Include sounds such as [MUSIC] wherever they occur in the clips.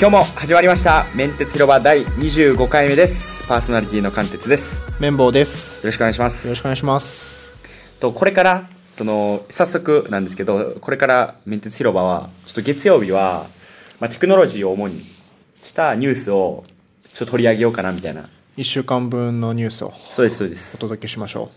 今日も始まりましたメンテツ広場第25回目ですパーソナリティの貫徹ですよ綿棒です。ろしくお願いしまよろしすくお願いします。とこれからその早速なんですけどこれからメンテツ広場はちょっと月曜日は、まあ、テクノロジーを主にしたニュースをちょっと取り上げようかなみたいな一週間分のニュースをそうですそうでおす届けしましょ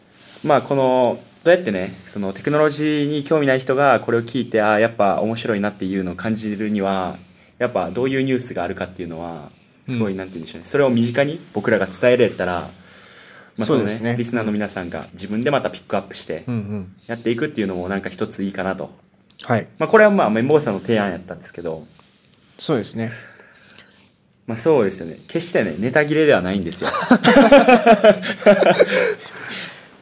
まあこのどうやってねそのテクノロジーに興味ない人がこれを聞いてああやっぱ面白いなっていうのを感じるにはやっぱどういうニュースがあるかっていうのはすごいなんて言うんでしょうね、それを身近に僕らが伝えられたら、まあそそうのですねねリスナーの皆さんが自分でまたピックアップしてう。うんうん。やっていくっていうのもなんか一ついいかなと、はい。まあ、これはまあ綿棒さんの提案やったんですけど、そうですね。まあ、そうですよね決してねネタ切れではないん [LAUGHS] ですよ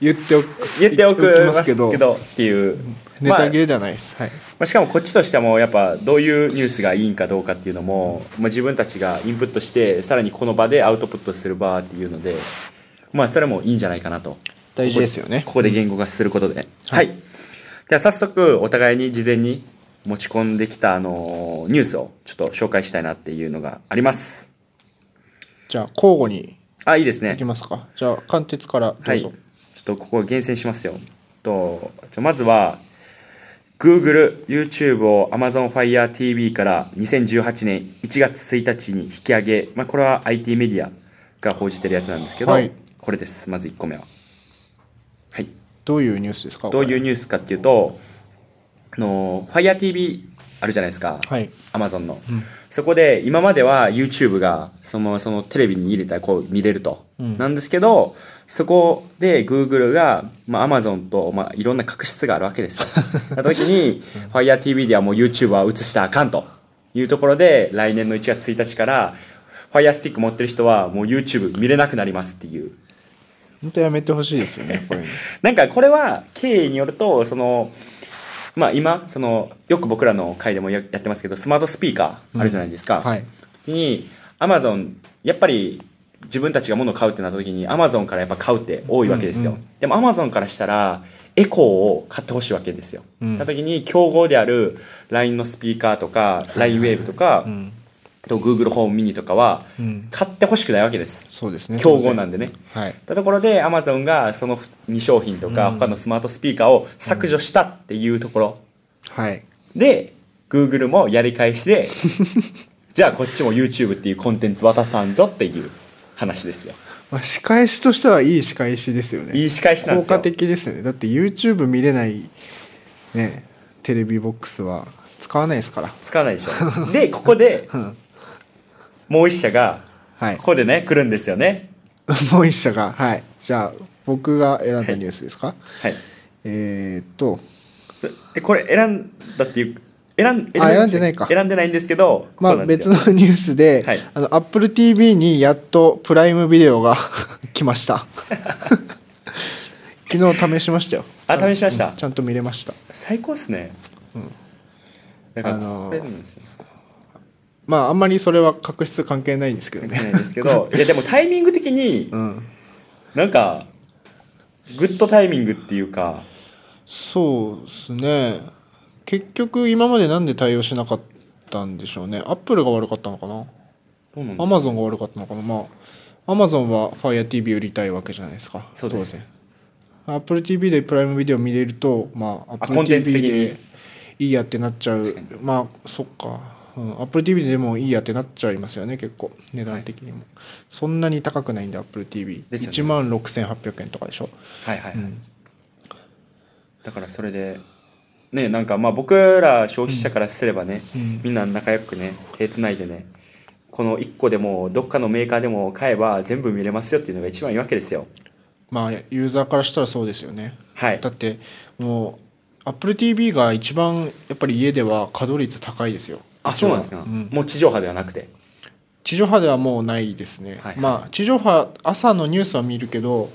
言っておく。言っておく言ますけどっていうネタま切あれではないです。はい。まあ、しかもこっちとしてもやっぱどういうニュースがいいんかどうかっていうのも、まあ、自分たちがインプットしてさらにこの場でアウトプットする場っていうので、まあ、それもいいんじゃないかなと大事ですよねここここで言語化することで、はいでは早速お互いに事前に持ち込んできた、あのーニュースをちょっと紹介したいなっていうのがありますじゃあ交互にあいいですねいきますか。じゃあ貫徹からどはうい。ちぞょっ。とここ厳選しますよ。と、ちょまずは、Google、YouTube を Amazon Fire TV から2018年1月1日に引き上げ、まあ、これは IT メディアが報じてるやつなんですけど、はいこれです。まず1個目は。はい。どういうニュースですか。どういうこニュースかっていうと、あの、Fire TV あるじゃないですか。れ。はい。 Amazon の、そこで今までは YouTube がそのままそのテレビに入れたらこう見れると、うんなんですけどそこで Google が、まあ、Amazon と、まあ、いろんな確執があるわけ [LAUGHS] ですよなった時に FireTV ではもう YouTube は映したらあかんというところで来年の1月1日から FireStick 持ってる人はもう YouTube 見れなくなりますっていう本当やめてほしいですよね。これ。なんかこれは経緯によるとそのまあ今そのよく僕らの回でもややってますけどスマートスピーカーあるじゃないですか、 [LAUGHS] はい。に Amazon やっぱり自分たちが物を買うってなった時に Amazon からやっぱ買うって多いわけですよ、うんうんでも Amazon からしたらエコーを買ってほしいわけですよ、うんな時に競合である LINE のスピーカーとか LINEWAVE とか、うん。と Google ホームミニとかはうん。買ってほしくないわけですそうですね。競合なんで。でねはい。たところで Amazon がその2商品とかうん他のスマートスピーカーを削除したっていうところはい。で Google もやり返しで [LAUGHS] じゃあこっちも YouTube っていうコンテンツ渡さんぞっていう話ですよまあ仕返しとしてはいい仕返しですよね。いい仕返しなんで効すよ果的ですよねだって YouTube 見れないねテレビボックスは使わないですから使わないでし [LAUGHS] ょでここでうんもう一社がはいここでね来るんですよねもう一社がはいじゃあ僕が選んだニュースですか、はいえー、っとでこれ選んだっていう選んあ選んでないか選んでないんですけどこまあうなんです別よのニュースで、はいあの Apple TV にやっとプライムビデオが [LAUGHS] 来ました [LAUGHS] 昨日試しましたよあ試しましたうんちゃんと見れました最高っすねだからこれなんですよまああんまりそれは確執関係ないんですけど関係ないねですけ [LAUGHS] どいやでもタイミング的にうんなんかグッドタイミングっていうかそうですね結局今までなんで対応しなかったんでしょうねアップルが悪かったのかなどうなんでアすかマゾンが悪かったのかなまあアマゾンは FireTV 売りたいわけじゃないですかそうです当然 Apple TV でプライムビデオ見れるとまああ Apple コンテンツ的 TV にでいいやってなっちゃうまあそっか、うん、Apple TV でもいいやってなっちゃいますよね結構値段的にも、そんなに高くないんで Apple TV、ですよね1万6800円とかでしょ、はいはいはい、うんだからそれでねなんかまあ僕ら消費者からすればね、うんみんな仲良くね手つないでねこの1個でもどっかのメーカーでも買えば全部見れますよっていうのが一番いいわけですよまあユーザーからしたらそうですよねはいだってもう AppleTV が一番やっぱり家では稼働率高いですよあそうなんですか、うんもう地上波ではなくて地上波ではもうないですね、はいまあ地上波朝のニュースは見るけど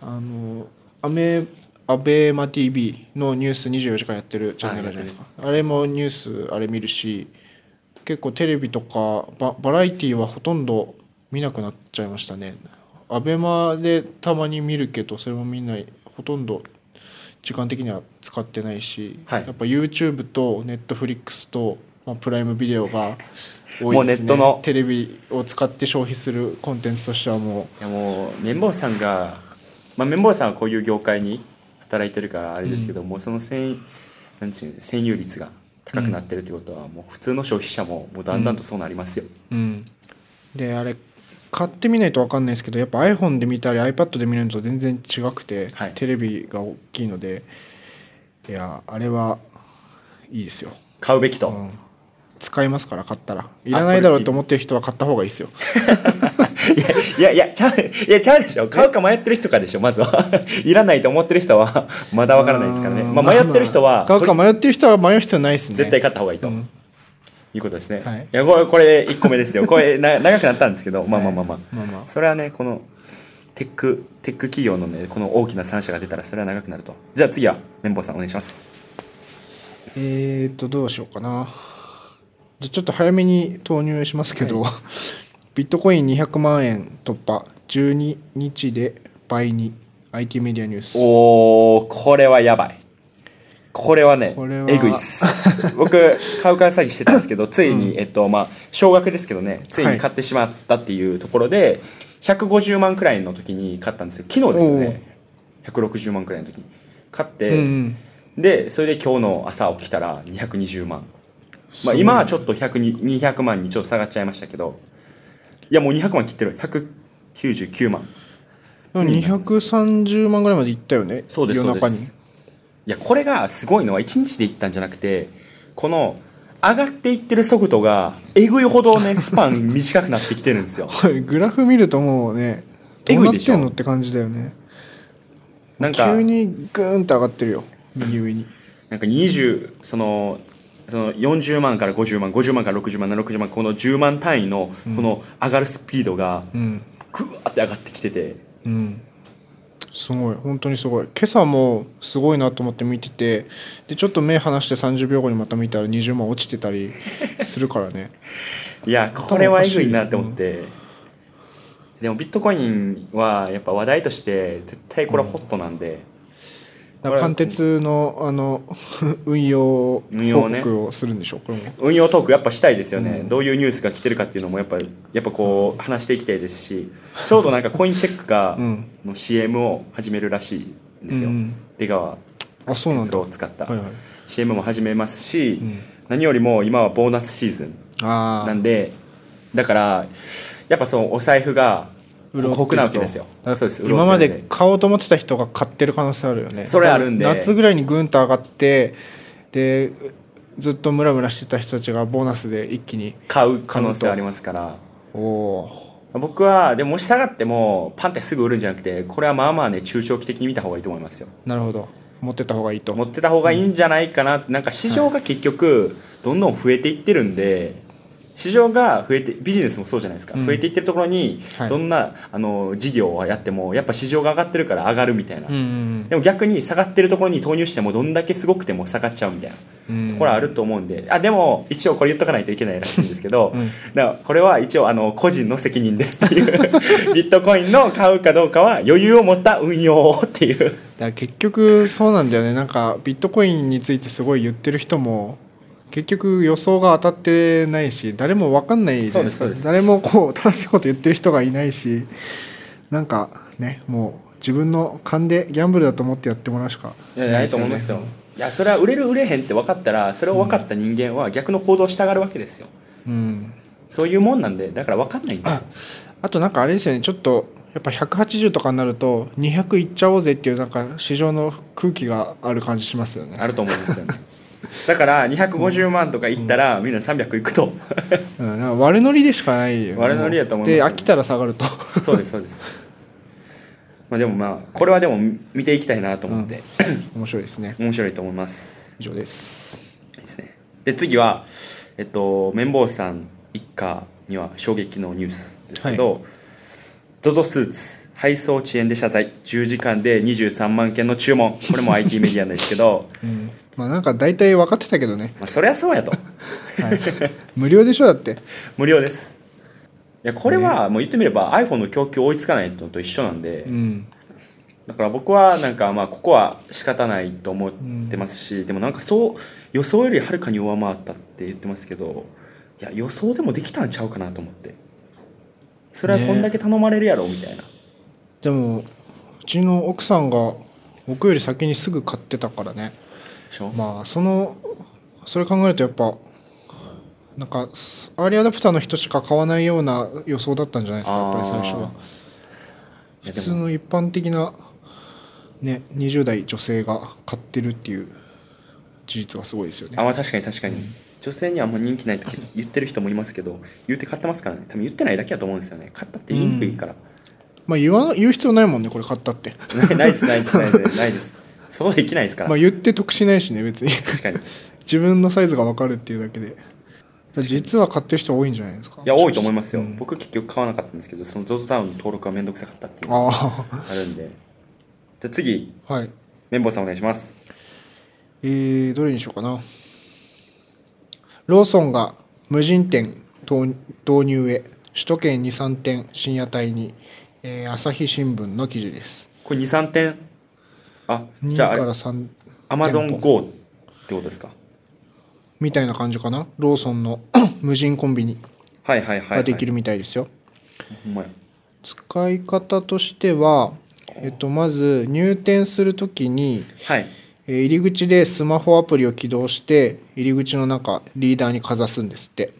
あのアメアベーマ TV のニュース24時間やってるチャンネルあるじゃないですかあれもニュースあれ見るし結構テレビとかババラエティはほとんど見なくなっちゃいましたねアベマでたまに見るけどそれも見ないほとんど時間的には使ってないし、はいやっぱ YouTube と Netflix とまあ、プライムビデオが多もういネでッすねトのテレビを使って消費するコンテンツとしてはもいやもう綿棒さんが、まあ、綿棒さんはこういう業界に働いてるからあれですけど、もうその占なんていうの占有率が高くなってるってことは、もう普通の消費者ももうだんだんとそうなりますよ、う、うん、であれ買ってみないと分かんないですけどやっぱ iPhone で見たり iPad で見るのと全然違くて、はいテレビが大きいのでいやあれはいいですよ、買うべきと、うん、使いますから買ったらいらないだろうと思ってる人は買った方がいいですよいやいやいやちゃういやちゃうでしょ買うか迷ってる人かでしょまずは [LAUGHS] いらないと思ってる人はまだわからないですからねうんまあ、迷ってる人は買うかこれ迷ってる人は迷う必要ないですね絶対買った方がいいと、うんいうことですね、はいい、やこれこれ1個目ですよこれな長くなったんですけどまあまあまあまあ、まあまあそれはねこのテックテック企業のねこの大きな3社が出たらそれは長くなるとじゃあ次は綿棒さんお願いしますえーとどうしようかなじゃあちょっと早めに投入しますけど、 [LAUGHS] ビットコイン200万円突破12日で倍に IT メディアニュースおーこれはやばいこれはねこれはえぐいっす [LAUGHS] 僕買う買う詐欺してたんですけどついに、えっとまあ少額ですけどねついはにい買ってしまったっていうところで、150万くらいの時に買ったんですよ昨日ですよね160万くらいの時に買って、うんうんでそれで今日の朝起きたら220万、すまごあ、い今はちょっと100に200万にちょっと下がっちゃいましたけどいやもう200万切ってる199万230万ぐらいまでいったよねそうです夜中に [LAUGHS] そうですいやこれがすごいのは1日でいったんじゃなくてこの上がっていってる速度がえぐいほど [LAUGHS] ねスパン短くなってきてるんですよはいグラフ見るともうねどえうぐないっでしょてんのって感じだよねなんか急にグーンと上がってるよ右上になんか20そのその40万から50万50万から60万70万この10万単位のこの上がるスピードがうんグワーって上がってきてて、うん、すごい本当にすごい今朝もすごいなと思って見ててでちょっと目離して30秒後にまた見たら20万落ちてたりするか [LAUGHS] らねいやこれはえぐいなって思って、でもビットコインはやっぱ話題として絶対これホットなんで、だからこれ貫徹のあの [LAUGHS] 運用報運用ね告をするんでしょう、これも運用トークやっぱしたいですよね、うんどういうニュースが来てるかっていうのもやっぱやっぱこう話していきたいですしちょうどなんかコインチェックが [LAUGHS] うんの CM を始めるらしいんですよ、うん出川あそうなん哲だ郎を使った、はいはい CM も始めますし、ん何よりも今はボーナスシーズンあなあんでだからやっぱそのお財布が潤ってると酷なわけですよだそうです今ま潤ってるでん買おうと思ってた人が買ってる可能性あるよねそれあるんでだから夏ぐらいにグンと上がってでずっとムラムラしてた人たちがボーナスで一気に買う可能性ありますからおお僕はでももし下がってもパンってすぐ売るんじゃなくてこれはまあまあね中長期的に見た方がいいと思いますよなるほど持ってた方がいいと持ってた方がいいんじゃないかな、なんか市場が結局どんどん増えていってるんで市場が増えてビジネスもそうじゃないですか、うん増えていってるところにはいどんな、あの事業をやってもやっぱ市場が上がってるから上がるみたいな、うんでも逆に下がってるところに投入してもどんだけすごくても下がっちゃうみたいなうんところあると思うんで、あでも一応これ言っとかないといけないらしいんですけど、うんだからこれは一応あの個人の責任ですっていう [LAUGHS] ビットコインの買うかどうかは余裕を持った運用をっていうだから結局そうなんだよねなんかビットコインについてすごい言ってる人も結局予想が当たってないし誰も分かんないじゃないですかそうですそう誰もこう正しいこと言ってる人がいないしなんかねもう自分の勘でギャンブルだと思ってやってもらうしかいやないと思いますよいやそれは売れる売れへんって分かったらそれを分かった人間は逆の行動をしたがるわけですようんそういうもんなんでだから分かんないんですよあとなんかあれですよねちょっとやっぱ180とかになると200いっちゃおうぜっていうなんか市場の空気がある感じしますよねあると思うんですよねだから250万とかいったらみんな300いくとうん、なんか悪ノリでしかないよね悪ノリやと思いますよで飽きたら下がるとそうですそうです [LAUGHS] まあでもまあこれはでも見ていきたいなと思って、面白いですね面白いと思います以上ですいいですねで次はえっと綿棒さん一家には衝撃のニュースですけど、ZOZO スーツ配送遅延で謝罪10時間で23万件の注文これも IT メディアなんですけどうんまあなんか大体分かってたけどね、まあそりゃそうやと [LAUGHS] はい、無料でしょだって無料ですいやこれはもう言ってみれば iPhone の供給追いつかないのと一緒なんで、うんだから僕はなんかまあここは仕方ないと思ってますし、でもなんかそう予想よりはるかに上回ったって言ってますけどいや予想でもできたんちゃうかなと思ってそれはこんだけ頼まれるやろみたいな、でもうちの奥さんが僕より先にすぐ買ってたからねでしょまあそのそれ考えるとやっぱなんかすアーリーアダプターの人しか買わないような予想だったんじゃないですかやっぱり最初はあーいやで普も通の一般的なね20代女性が買ってるっていう事実はすごいですよねあまあ確かに確かに、女性にはあんま人気ないって言ってる人もいますけど言って買ってますからね多分言ってないだけだと思うんですよね買ったって言いにくいから、まあ言わ言う必要ないもんねこれ買ったってない [LAUGHS] ないですないですないですないですそこできないですから、まあ言って得しないしね別に [LAUGHS] 確かにい自分のサイズが分かるっていうだけで実は買ってる人多いんじゃないですかや多いと思いますよ、うん僕結局買わなかったんですけどその ZOZO タウンの登録がめんどくさかったっていうのがああるんでじゃあ次あはい綿棒さんお願いしますえー、どれにしようかなローソンが無人店導導入へ首都圏に3店深夜帯に、えー朝日新聞の記事ですこれ23点あ2じゃああかられ3 AmazonGo ってことですかみたいな感じかなローソンの [CLEARS THROAT] 無人コンビニはいはいはい、はがい、できるみたいですよ、ほんまや使い方としては、えっと、まず入店するときにはいえー入り口でスマホアプリを起動して入り口の中リーダーにかざすんですって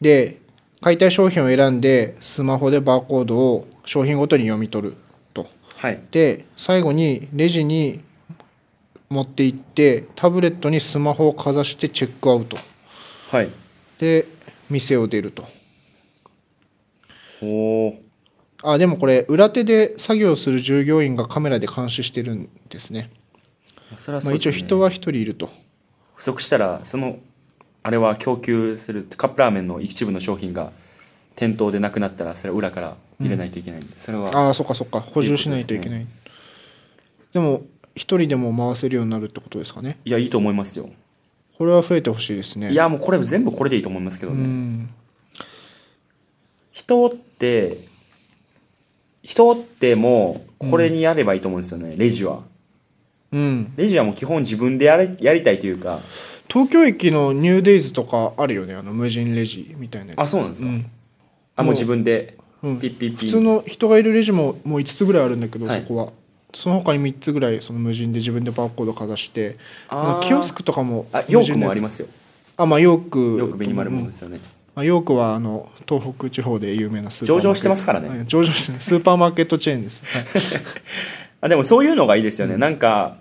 で買いたい商品を選んでスマホでバーコードを商品ごとに読み取るとはいで最後にレジに持って行ってタブレットにスマホをかざしてチェックアウトはいで店を出るとおおあでもこれ裏手で作業する従業員がカメラで監視してるんですねそれはまそあ、うです一応ね人は一人いると不足したらそのあれは供給するカップラーメンの一部の商品が店頭でなくなったらそれは裏から入れないといけないんで、それはああそっかそっか補充しないといけないで,、も一人でも回せるようになるってことですかねいやいいと思いますよ、これは増えてほしいですねいやもうこれ全部これでいいと思いますけどうね、ん人って人ってもうこれにやればいいと思うんですよね、レジはうんレジはもう基本自分でやれやりたいというか東京駅のニューデイズとかあるよねあの無人レジみたいなやつあそうなんですか、んあもう自分でピうんッピッピ普通の人がいるレジももう5つぐらいあるんだけど、はいそこはその他に3つぐらいその無人で自分でバーコードかざしてあーなんかキオスクとかもあヨークもありますすよあまあヨークヨークベニマルうもんですよね、まあ、ヨークはあの東北地方で有名なスーパーマ上ーケット場してますからねはい上場してますスーパーマーケットチェーンです、はいあでもそういうのがいいですよね、なんか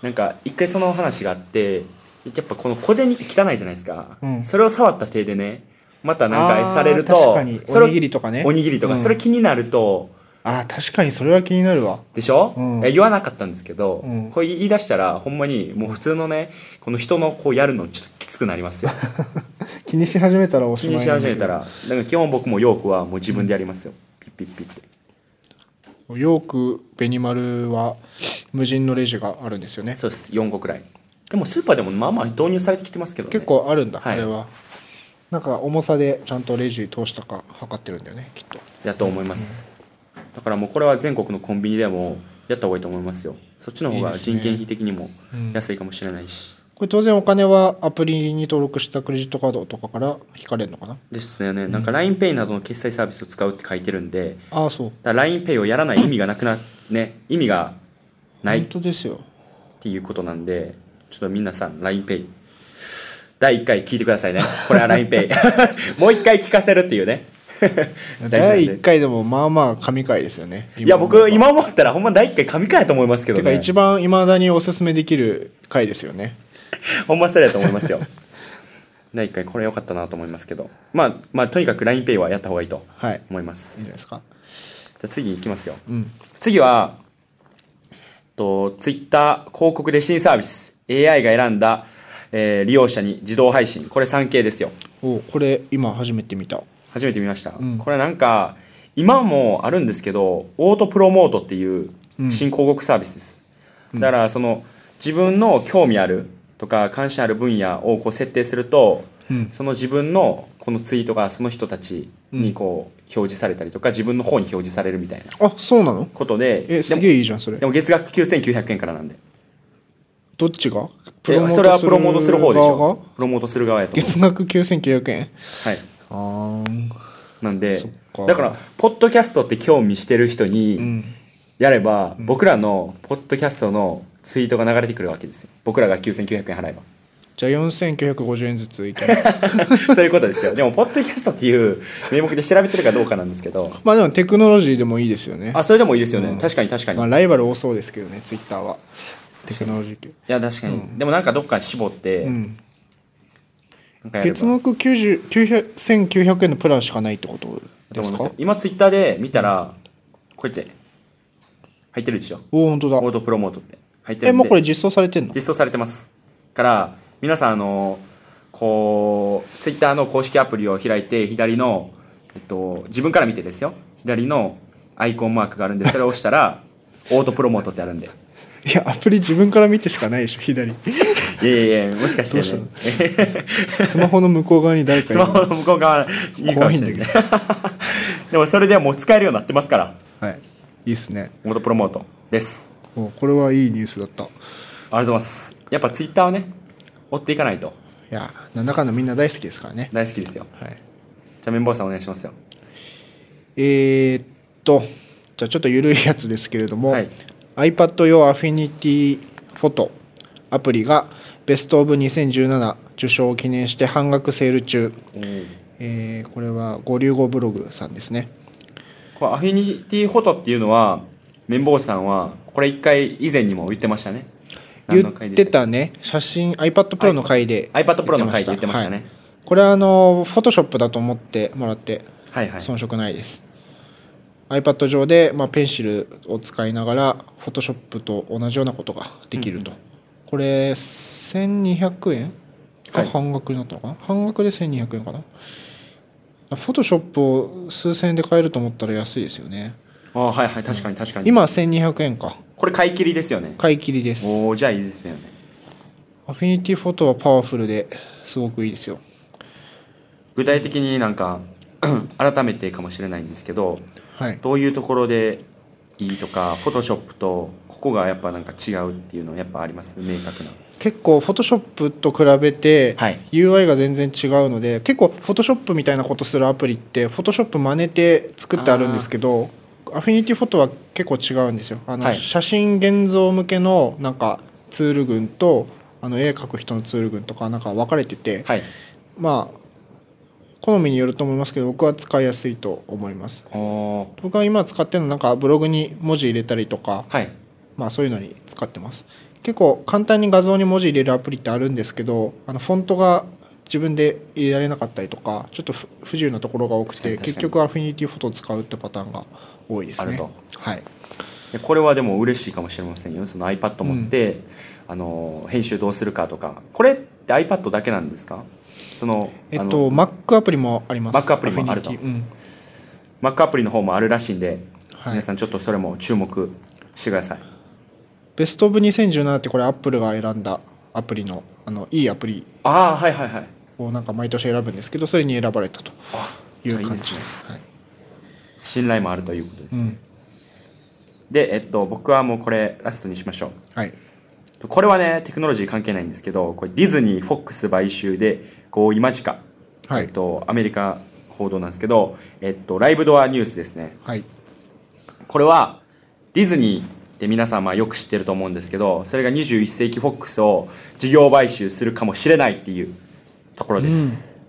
なんか一回その話があってやっぱこの小銭って汚いじゃないですか、うんそれを触った手でねまたなんかあー餌されると確かにそれをおにぎりとかねおにぎりとか、うんそれ気になるとああ確かにそれは気になるわでしょ、うんえ言わなかったんですけど、うんこれ言い出したらほんまにもう普通のねこの人のこうやるのちょっときつくなり [LAUGHS] ますよ気にし始めたらおし気まいにし始めたららだから基本僕もヨークはもう自分でやりますよ、ピッピッピッってヨークベニマルは無人のレジがあるんですよねそうです4個くらいでもスーパーでもまあまあ導入されてきてますけどね結構あるんだ、はいあれはなんか重さでちゃんとレジ通したか測ってるんだよねきっとやと思います、だからもうこれは全国のコンビニでもやった方がいいと思いますよそっちの方いいがですね人件費的にもうん安いかもしれないしこれ当然お金はアプリに登録したクレジットカードとかから引かれるのかなですよねなんか LINEPay などの決済サービスを使うって書いてるんでああそうだ LINEPay をやらない意味がなくなね意味がないっ本当ですよていうことなんでちょっと皆さん LINEPay 第1回聞いてくださいねこれは LINEPay [LAUGHS] もう1回聞かせるっていうね [LAUGHS] 大事なん第で1回でもまあまあ神回ですよねいや思えば僕今思ったらほんま第1回神回やと思いますけどてかね一番いまだにおすすめできる回ですよねほんまそれやと思いますよ。第1回これ良かったなと思いますけど、まあ、まあとにかく LINEPay はやった方がいいとはいいい思いまんじゃないす。でじすかゃあ次行きますよ。うん次は、と Twitter 広告で新サービス AI が選んだ、えー利用者に自動配信これ 3K ですよおこれ今初めて見た初めて見ました、んこれなんか今もあるんですけどオートプロモートっていううん新広告サービスです、だからその自分の興味あるとか関心ある分野をこう設定すると、うんその自分のここのツイートがその人たちにこう表示されたりとか、自分の方に表示されるみたいなあそうなのことでえすでげえいいじゃんそれもでも月額9900円からなんでどっちがえそれはプロモートする方でし側がょプロモートする側やと思月額9900円うはいああなんでそっかだからポッドキャストって興味してる人うにんやれば、僕らのポッドキャストのツイートが流れてくるわけですよ僕らが9900円払えば [LAUGHS] じゃあ4950円ずついけますそういうことですよでもポッドキャストっていう名目で調べてるかどうかなんですけどまあでもテクノロジーでもいいですよねあそれでもいいですよね、確かに確かに、まあ、ライバル多そうですけどねツイッターはテクノロジー系いや確かに、でもなんかどっか絞って、うんなんかやれば月額90 900 1900円のプランしかないってこととで思いすまかす今ツイッターで見たらこうやって入ってるでしょおお本当オーだトプロモートって入ってるんでえもうこれ実装されてんの実装されてますから皆さんあのこうツイッターの公式アプリを開いて左の、えっと、自分から見てですよ左のアイコンマークがあるんでそれを押したら [LAUGHS] オートプロモートってあるんでいやアプリ自分から見てしかないでし [LAUGHS] ょ左いやいやいやもしかして、どねう、スマホの向こう側に誰かいスるマホの向こう側いいかもしれない怖いんだでもそれでもう使えるようになってますからはいいいっすねオートプロモートですおこれはいいニュースだったいありがとうございますやっぱツイッターはね追っていかないとやなんだかんだみんな大好きですからね大好きですよはいじゃあ綿棒さんお願いしますよえー、っとじゃあちょっと緩いやつですけれども、はい iPad 用 Affinity Photo アプリがベストオブ2017受賞を記念して半額セール中、えーこれは五流語ブログさんですねこれアフィニティフォトっていうのは綿棒さんはこれ一回以前にも言ってましたね言ってたたね写真 iPad Pro の回で iPad Pro の回で言ってましたねはいこれはあの Photoshop だと思ってもらってはいはい遜色ないです、iPad 上で、まあ、ペンシルを使いながら Photoshop と同じようなことができると、これ1200円はがい半額になったのかな、半額で1200円かな Photoshop を数千円で買えると思ったら安いですよねあーはいはい確かに確かに今は1200円かこれ買い切りですよね買い切りですおおじゃあいいですよねアフィニティフォトはパワフルですごくいいですよ具体的になんか [CLEARS THROAT] 改めてかもしれないんですけどはいどういうところでいいとかフォトショップとここがやっぱなんか違うっていうのはやっぱあります明確な結構 Photoshop と比べてはい UI が全然違うので結構 Photoshop みたいなことするアプリって Photoshop 真似て作ってあるんですけど Affinity Photo は結構違うんですよあの、はい写真現像向けのなんかツール群とあの絵描く人のツール群とかなんか分かれてて、はいまあ好みによると思いますけど僕は使いやすいと思いますおお僕は今使ってるのなんかブログに文字入れたりとかはいまあそういうのに使ってます。結構簡単に画像に文字入れるアプリってあるんですけど、あのフォントが自分で入れられなかったりとか、ちょっと不不自由なところが多く確かにて、確かに結局アフィニティフォトを使うってパターンが多いですあるねと。はい。でこれはでも嬉しいかもしれませんよその iPad 持って、あの編集どうするかとかこれって iPad だけなんですかそのえっあのと、Mac アプリもあります。 Mac アプリもあると Affinity うん。 Mac アプリの方もあるらしいんで、はい皆さんちょっとそれも注目してくださいベストオブ2017ってこれ Apple が選んだアプリの、あの、いいアプリああはいはいはいをなんか毎年選ぶんですけど、それに選ばれたとあいじゃあういい感でじですねす。はい信頼もあるということですうね、ん。でえっと僕はもうこれラストにしましょはい。うこれはねテクノロジー関係ないんですけどこれディズニー・フォックス買収で合意間近、はえっい。と、アメリカ報道なんですけど、えっと、ライブドアニュースですねはい。これはディズニーって皆さんまあよく知ってると思うんですけどそれが21世紀フォックスを事業買収するかもしれないっていうところです、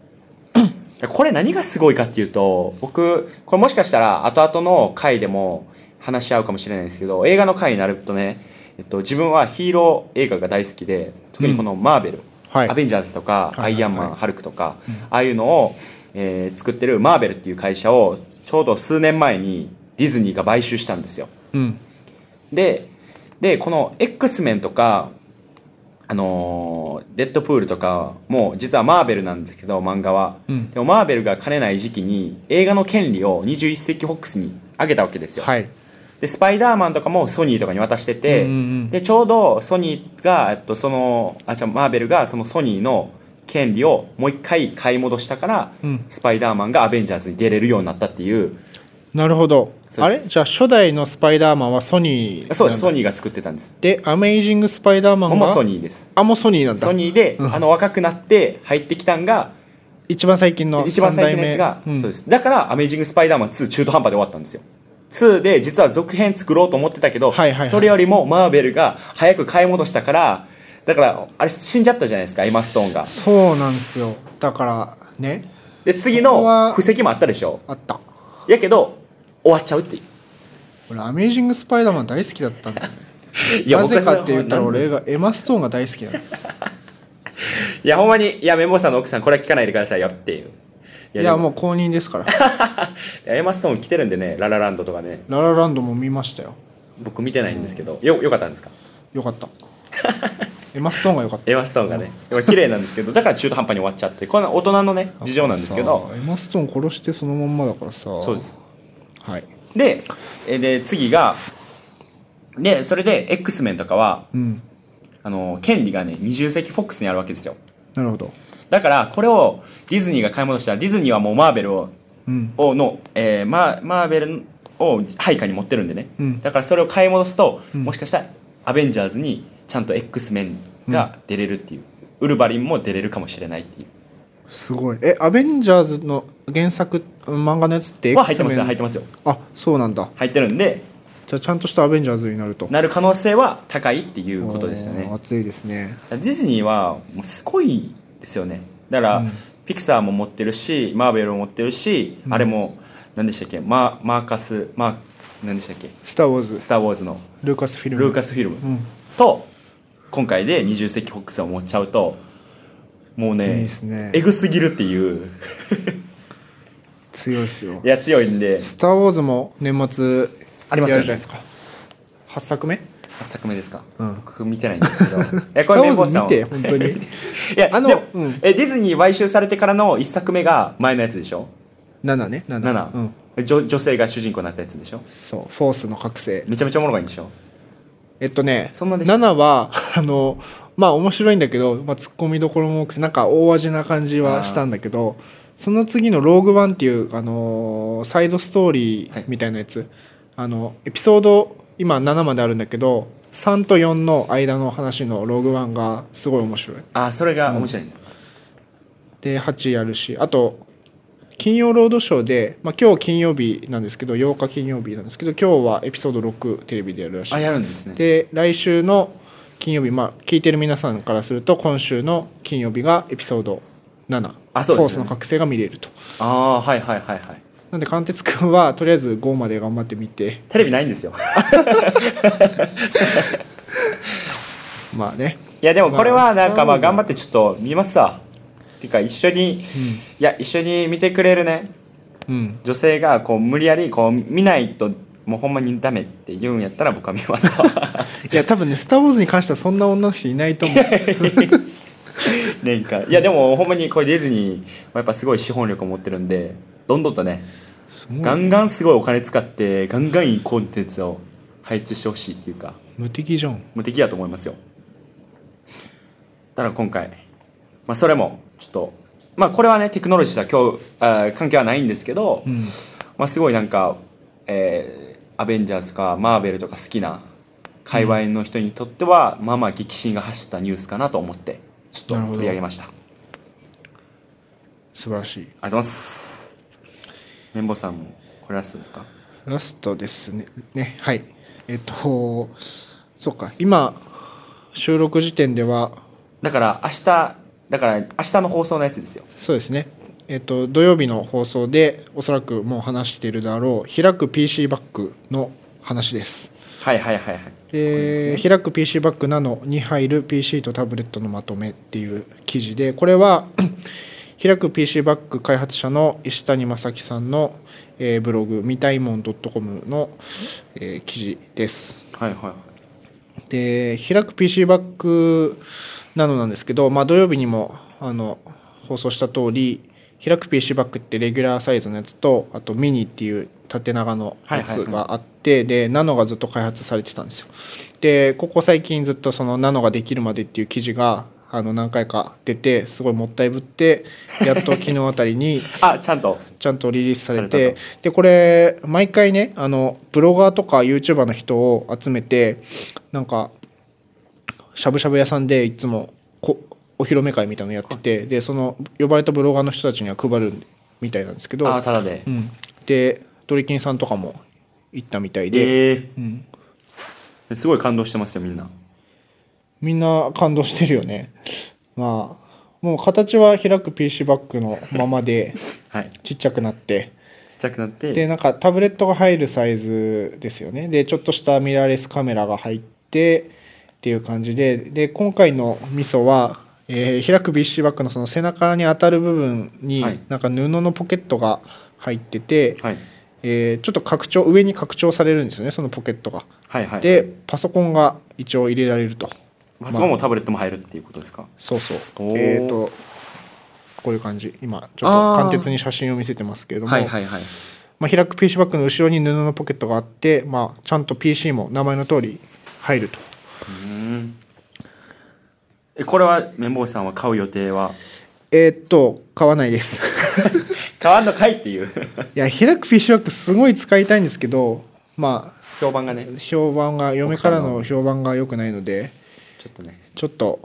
これ何がすごいかっていうと僕これもしかしたら後々の回でも話し合うかもしれないんですけど映画の回になるとね、えっと、自分はヒーロー映画が大好きで特にこのマーベル、はいアベンジャーズとか、はいはいアイアンマン、ハルクとか、ああいうのを、えー作ってるマーベルっていう会社をちょうど数年前にディズニーが買収したんですようん。ででこの X メンとかあのーデッドプールとかも実はマーベルなんですけど漫画は、うんでもマーベルが兼ねない時期に映画の権利を21世紀フォックスにあげたわけですよ、はい。でスパイダーマンとかもソニーとかに渡してて、うんうんうんでちょうどソニーがえっとそのあじゃあマーベルがそのソニーの権利をもう一回買い戻したから、うんスパイダーマンがアベンジャーズに出れるようになったっていうなるほどそうあでれすじゃあ初代のスパイダーマンはソニーなんだそうですソニーが作ってたんですでアメイジング・スパイダーマンもうはソニーですあもうソニーなんだソニーで、あの若くなって入ってきたんが一番最近の一番最近のやつが、三代目うんそうですだから「アメイジング・スパイダーマン2」中途半端で終わったんですよ2で実は続編作ろうと思ってたけど、はいはいはいそれよりもマーベルが早く買い戻したからだからあれ死んじゃったじゃないですかエマ・ストーンがそうなんですよだからねで次そこのは布石もあったでしょあったやけど終わっちゃうっていう俺アメイジング・スパイダーマン大好きだったんだよね [LAUGHS] いやなぜ僕はかって言ったら俺がエマ・ストーンが大好きなのいやほんまにいやメモさんの奥さんこれは聞かないでくださいよっていういいやもうう公認ですから [LAUGHS] エマ・ストーン来てるんでねララランドとかねララランドも見ましたよ僕見てないんですけど、よよかったんですかよかった [LAUGHS] エマ・ストーンがよかったエマ・ストーンがねやっぱ綺麗なんですけどだから中途半端に終わっちゃってこんな大人のね事情なんですけどさエマ・ストーン殺してそのまんまだからさそうですはいでえで次がでそれで X メンとかはうんあの権利がね二重世紀フォックスにあるわけですよなるほどだからこれをディズニーが買い戻したらディズニーはもうマーベルをうんをの、えーマーマーベルを配下に持ってるんでね、うんだからそれを買い戻すと、うんもしかしたらアベンジャーズにちゃんと X メンが出れるっていう、ウルヴァリンも出れるかもしれないっていうすごいえアベンジャーズの原作漫画のやつっては入ってますよ X-Men 入ってますよあそうなんだ入ってるんでじゃあちゃんとしたアベンジャーズになるとなる可能性は高いっていうことですよねおー熱いですねディズニーはもうすごいですよねだから、うんピクサーも持ってるしマーベルも持ってるし、うんあれも何でしたっけママーカスマー何でしたっけ「スター・ウォーズスター・ウォーズの」ルーカスフィルムルーカスフィルム、うんと今回で20世紀フォックスを持っちゃうともういいねですねえぐすぎるっていう強いですよいや強いんでスター・ウォーズも年末ありますよねやるじゃないですか8作目8作目ですか、うん僕見てないんですけ [LAUGHS] どいやスター・ウォ綿棒ーズさん見はて本 [LAUGHS] 当にいやああのの、でもうんえディズニー買収されてからの1作目が前のやつでしょ7ね7 7、うん、女女性が主人公になったやつでしょそうフォースの覚醒めちゃめちゃおもろがいいんでしょえっとねそんなでした7は [LAUGHS] あのまあ面白いんだけど、まあ、ツッコミどころも多くてなんか大味な感じはしたんだけどその次の「ローグワン」っていう、あのーサイドストーリーみたいなやつ、あのエピソード今7まであるんだけど3と4の間の話の「ローグワン」がすごい面白いあそれが面白いんです、で8やるしあと金曜ロードショーで、まあ、今日金曜日なんですけど8日金曜日なんですけど今日はエピソード6テレビでやるらしいあでやするんですねで来週の金曜日まあ聞いてる皆さんからすると今週の金曜日がエピソード7あそうですねコースの覚醒が見れるとああはいはいはいはいなんで貫徹君はとりあえず5まで頑張ってみてテレビないんですよまあねいやでもこれはなんかまあスター頑ウォ張ーズってちょっと見ますわていうか一緒に、いや一緒に見てくれるねうん女性がこう無理やりこう見ないともうほんまにダメって言うんやったら僕は見ます [LAUGHS] わいや多分ね「スター・ウォーズ」に関してはそんな女の人いないと思う [LAUGHS] 年間いやでもほんまにこれディズニーはやっぱすごい資本力を持ってるんでどんどんとねすごいガンガンすごいお金使ってガンガンいいコンテンツを排出してほしいっていうか無敵じゃん無敵やと思いますよだから今回、まあ、それもちょっとまあこれはねテクノロジーとは今日あー関係はないんですけど、うんまあ、すごいなんか、えーアベンジャーズとかマーベルとか好きな界隈の人にとっては、まあまあ激震が走ったニュースかなと思ってちょっとなるほど取り上げましたあり素晴らしいがとうございます綿棒さんもこれラストですかラストですね。ね、はい。えっと、そうか、今、収録時点では、だから明日だから明日の放送のやつですよそうですね、えっと、土曜日の放送で、おそらくもう話しているだろう、開く PC バッグの話です。はいはいはいはいで開く PC バッグナノに入る PC とタブレットのまとめっていう記事でこれは [COUGHS] 開く PC バッグ開発者の石谷正樹さんの、えーブログみたいもん .com の、えー記事です。はいはいはいで開く PC バックなのなんですけど、まあ、土曜日にもあの放送した通り開く PC バックってレギュラーサイズのやつとあとミニっていう縦長のやはいつはいはがあって、でナノがずっと開発されてたんですよでここ最近ずっとそのナノができるまでっていう記事があの何回か出てすごいもったいぶってやっと昨日あたりにあちゃんとちゃんとリリースされされてでこれ毎回ねあのブロガーとか YouTuber の人を集めてなんかしゃぶしゃぶ屋さんでいつもこお披露目会みたいなのやっててでその呼ばれたブロガーの人たちには配るみたいなんですけど、あただでうん、でドリキンさんとかも行ったみたいで、ええうん、すごい感動してますよみんなみんな感動してるよねまあもう形は開く PC バッグのままではいちっちゃくなってちっちゃくなってでなんかタブレットが入るサイズですよねでちょっとしたミラーレスカメラが入ってっていう感じでで今回のミソは、えー開く BC バッグのその背中に当たる部分に、はいなんか布のポケットが入ってて、はい、えーちょっと拡張上に拡張されるんですよねそのポケットが。はいはいでパソコンが一応入れられるとパソコンもタブレットも入るっていうことですかそうそうおーえっ、とこういう感じ今ちょっと簡潔に写真を見せてますけれども、いはいまあ、開く PC バッグの後ろに布のポケットがあって、まあ、ちゃんと PC も名前の通り入るとうんえこれは綿棒さんは買う予定はえーっと買わないです [LAUGHS] 買わんのかいっていういや開く PC バッグすごい使いたいんですけどま [LAUGHS] 評判がねあ評判が嫁から奥さんのの評判が良くないのでちょっとねちょっと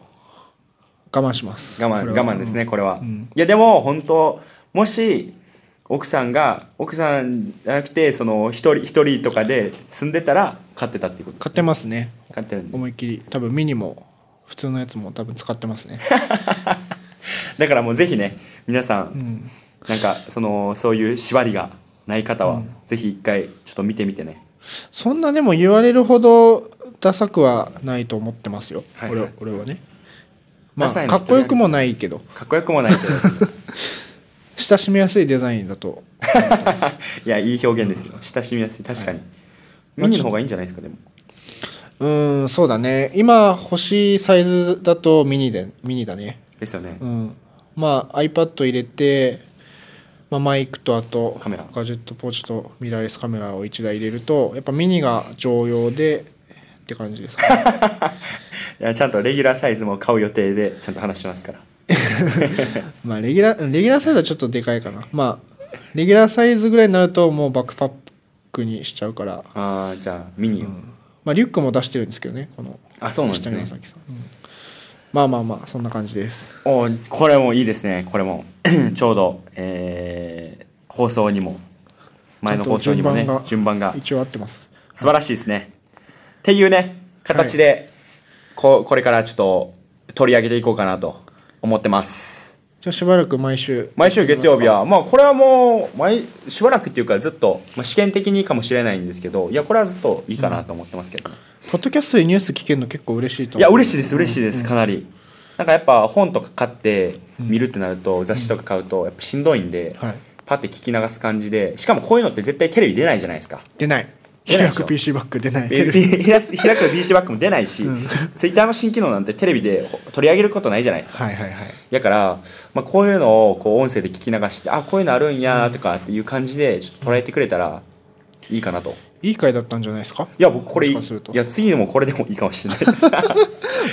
我慢します我慢これは我慢ですねこれは、んいやでも本当もし奥さんが奥さんじゃなくてその一人一人とかで住んでたら買ってたっていうこと買ってますね買ってるんで思いっきり多分ミニも普通のやつも多分使ってますね [LAUGHS] だからもうぜひね皆さん、うんなんかそのそういう縛りがない方は、ぜひ一回ちょっと見てみてねそんなでも言われるほどダサくはないと思ってますよ、はい俺は俺はねまあダサいのかっこよくもないけどかっこよくもないけど親しみやすいデザインだといやいい表現ですよ親しみやすい確かに、ミニの方がいいんじゃないですかでもうーんそうだね今欲しいサイズだとミニでミニだねですよね、うんまあ iPad 入れて、まあ、マイクとあとカメラガジェットポーチとミラーレスカメラを1台入れるとやっぱミニが常用でって感じですかねいやちゃんとレギュラーサイズも買う予定でちゃんと話してますからまあレギュラー、レギュラーサイズはちょっとでかいかな。まあ、レギュラーサイズぐらいになるともうバックパックにしちゃうから、ああじゃあミニを、まあリュックも出してるんですけどね、この。あそうなんですね下に紫さんうんまあまあまあ、そんな感じです。おーこれもいいですねこれも [CLEARS THROAT] ちょうど、えー放送にも前の放送にもねちゃんと順番が一応合ってます。素晴らしいですねっていうね形で、ここれからちょっと取り上げていこうかなと思ってますじゃあしばらく毎週。毎週月曜日。はまあこれはもう毎しばらくっていうかずっと、まあ、試験的にかもしれないんですけどいやこれはずっといいかなと思ってますけどね、ポッドキャストでニュース聞けるの結構嬉しいと思う。いや嬉しいです嬉しいですかなり、なんかやっぱ本とか買って見るってなると雑誌とか買うとやっぱしんどいんで、はいパッて聞き流す感じでしかもこういうのって絶対テレビ出ないじゃないですか出ない。出ない開でしょく PC バック出ない。えピ開す開く BC バックも出ないし、ツイッターの新機能なんてテレビでほ取り上げることないじゃないですかはいはいはい。だから、まあ、こういうのをこう音声で聞き流してあこういうのあるんやとかっていう感じでちょっと捉えてくれたらいいかなといい回だったんじゃないですかいや僕これいもしかするとや次のもこれでもいいかもしれない [LAUGHS] です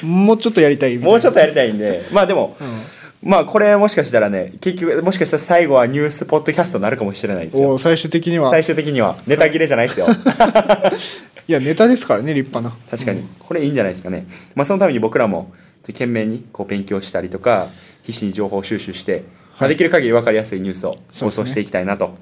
もうちょっとやりたいみたいなもうちょっとやりたいんで、まあでも、まあこれもしかしたらね、結局、もしかしたら最後はニュースポッドキャストになるかもしれないですおよー。最終的には最終的には、ネタ切れじゃないです [LAUGHS] よ。いやネタですからね立派な確かに。これいいんじゃないですかね。まあそのために僕らも、懸命にこう勉強したりとか、必死に情報収集して、まあできる限り分かりやすいニュースをそ放うです送ねしていきたいなと、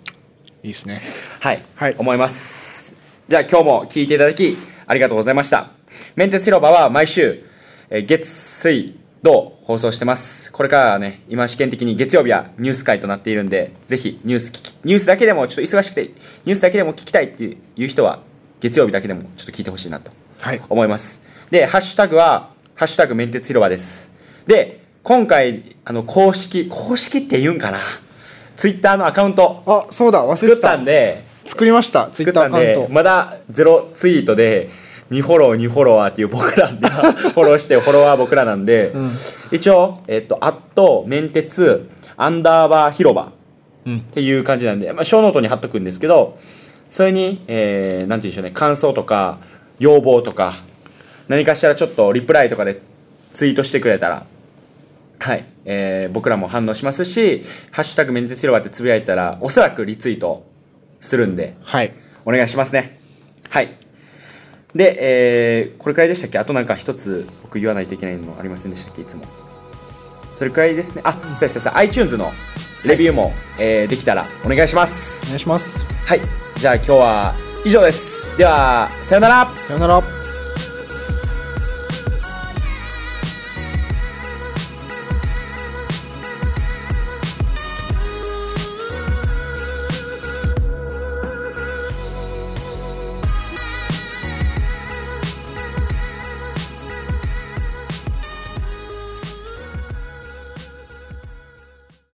いいですねはい、はい思います。じゃあ今日も聞いていただき、ありがとうございました。メンテス広場は毎週、えー月、水、土放送してます。これからはね、今試験的に月曜日はニュース会となっているんで、ぜひニュース聞き、ニュースだけでもちょっと忙しくて、ニュースだけでも聞きたいっていう人は、月曜日だけでもちょっと聞いてほしいなとはい思います。で、ハッシュタグは、ハッシュタグメンテツ広場です。で、今回、あの、公式、公式って言うんかなツイッターのアカウントあそうだ忘れ作てったたんで、作りましたツイ作ッっターたんアカウンでト、まだゼロツイートで、2フォロー、2フォロワーっていう僕らが [LAUGHS] フォローして、フォロワー僕らなんで、ん一応、えっと、アット、メンテツ、アンダーバー広場うんっていう感じなんで、まあ、小ノートに貼っとくんですけど、それに、えー、なんて言うんでしょうね、感想とか、要望とか、何かしらちょっとリプライとかでツイートしてくれたら、はい、えー僕らも反応しますし「ハッシュタグメンテス広場」ってつぶやいたらおそらくリツイートするんではいお願いしますねはいで、えーこれくらいでしたっけあとなんか一つ僕言わないといけないのありませんでしたっけいつもそれくらいですねあそうですそうです iTunes のレビューも、えーできたらお願いしますお願いしますはいじゃあ今日は以上ですではさよならさよなら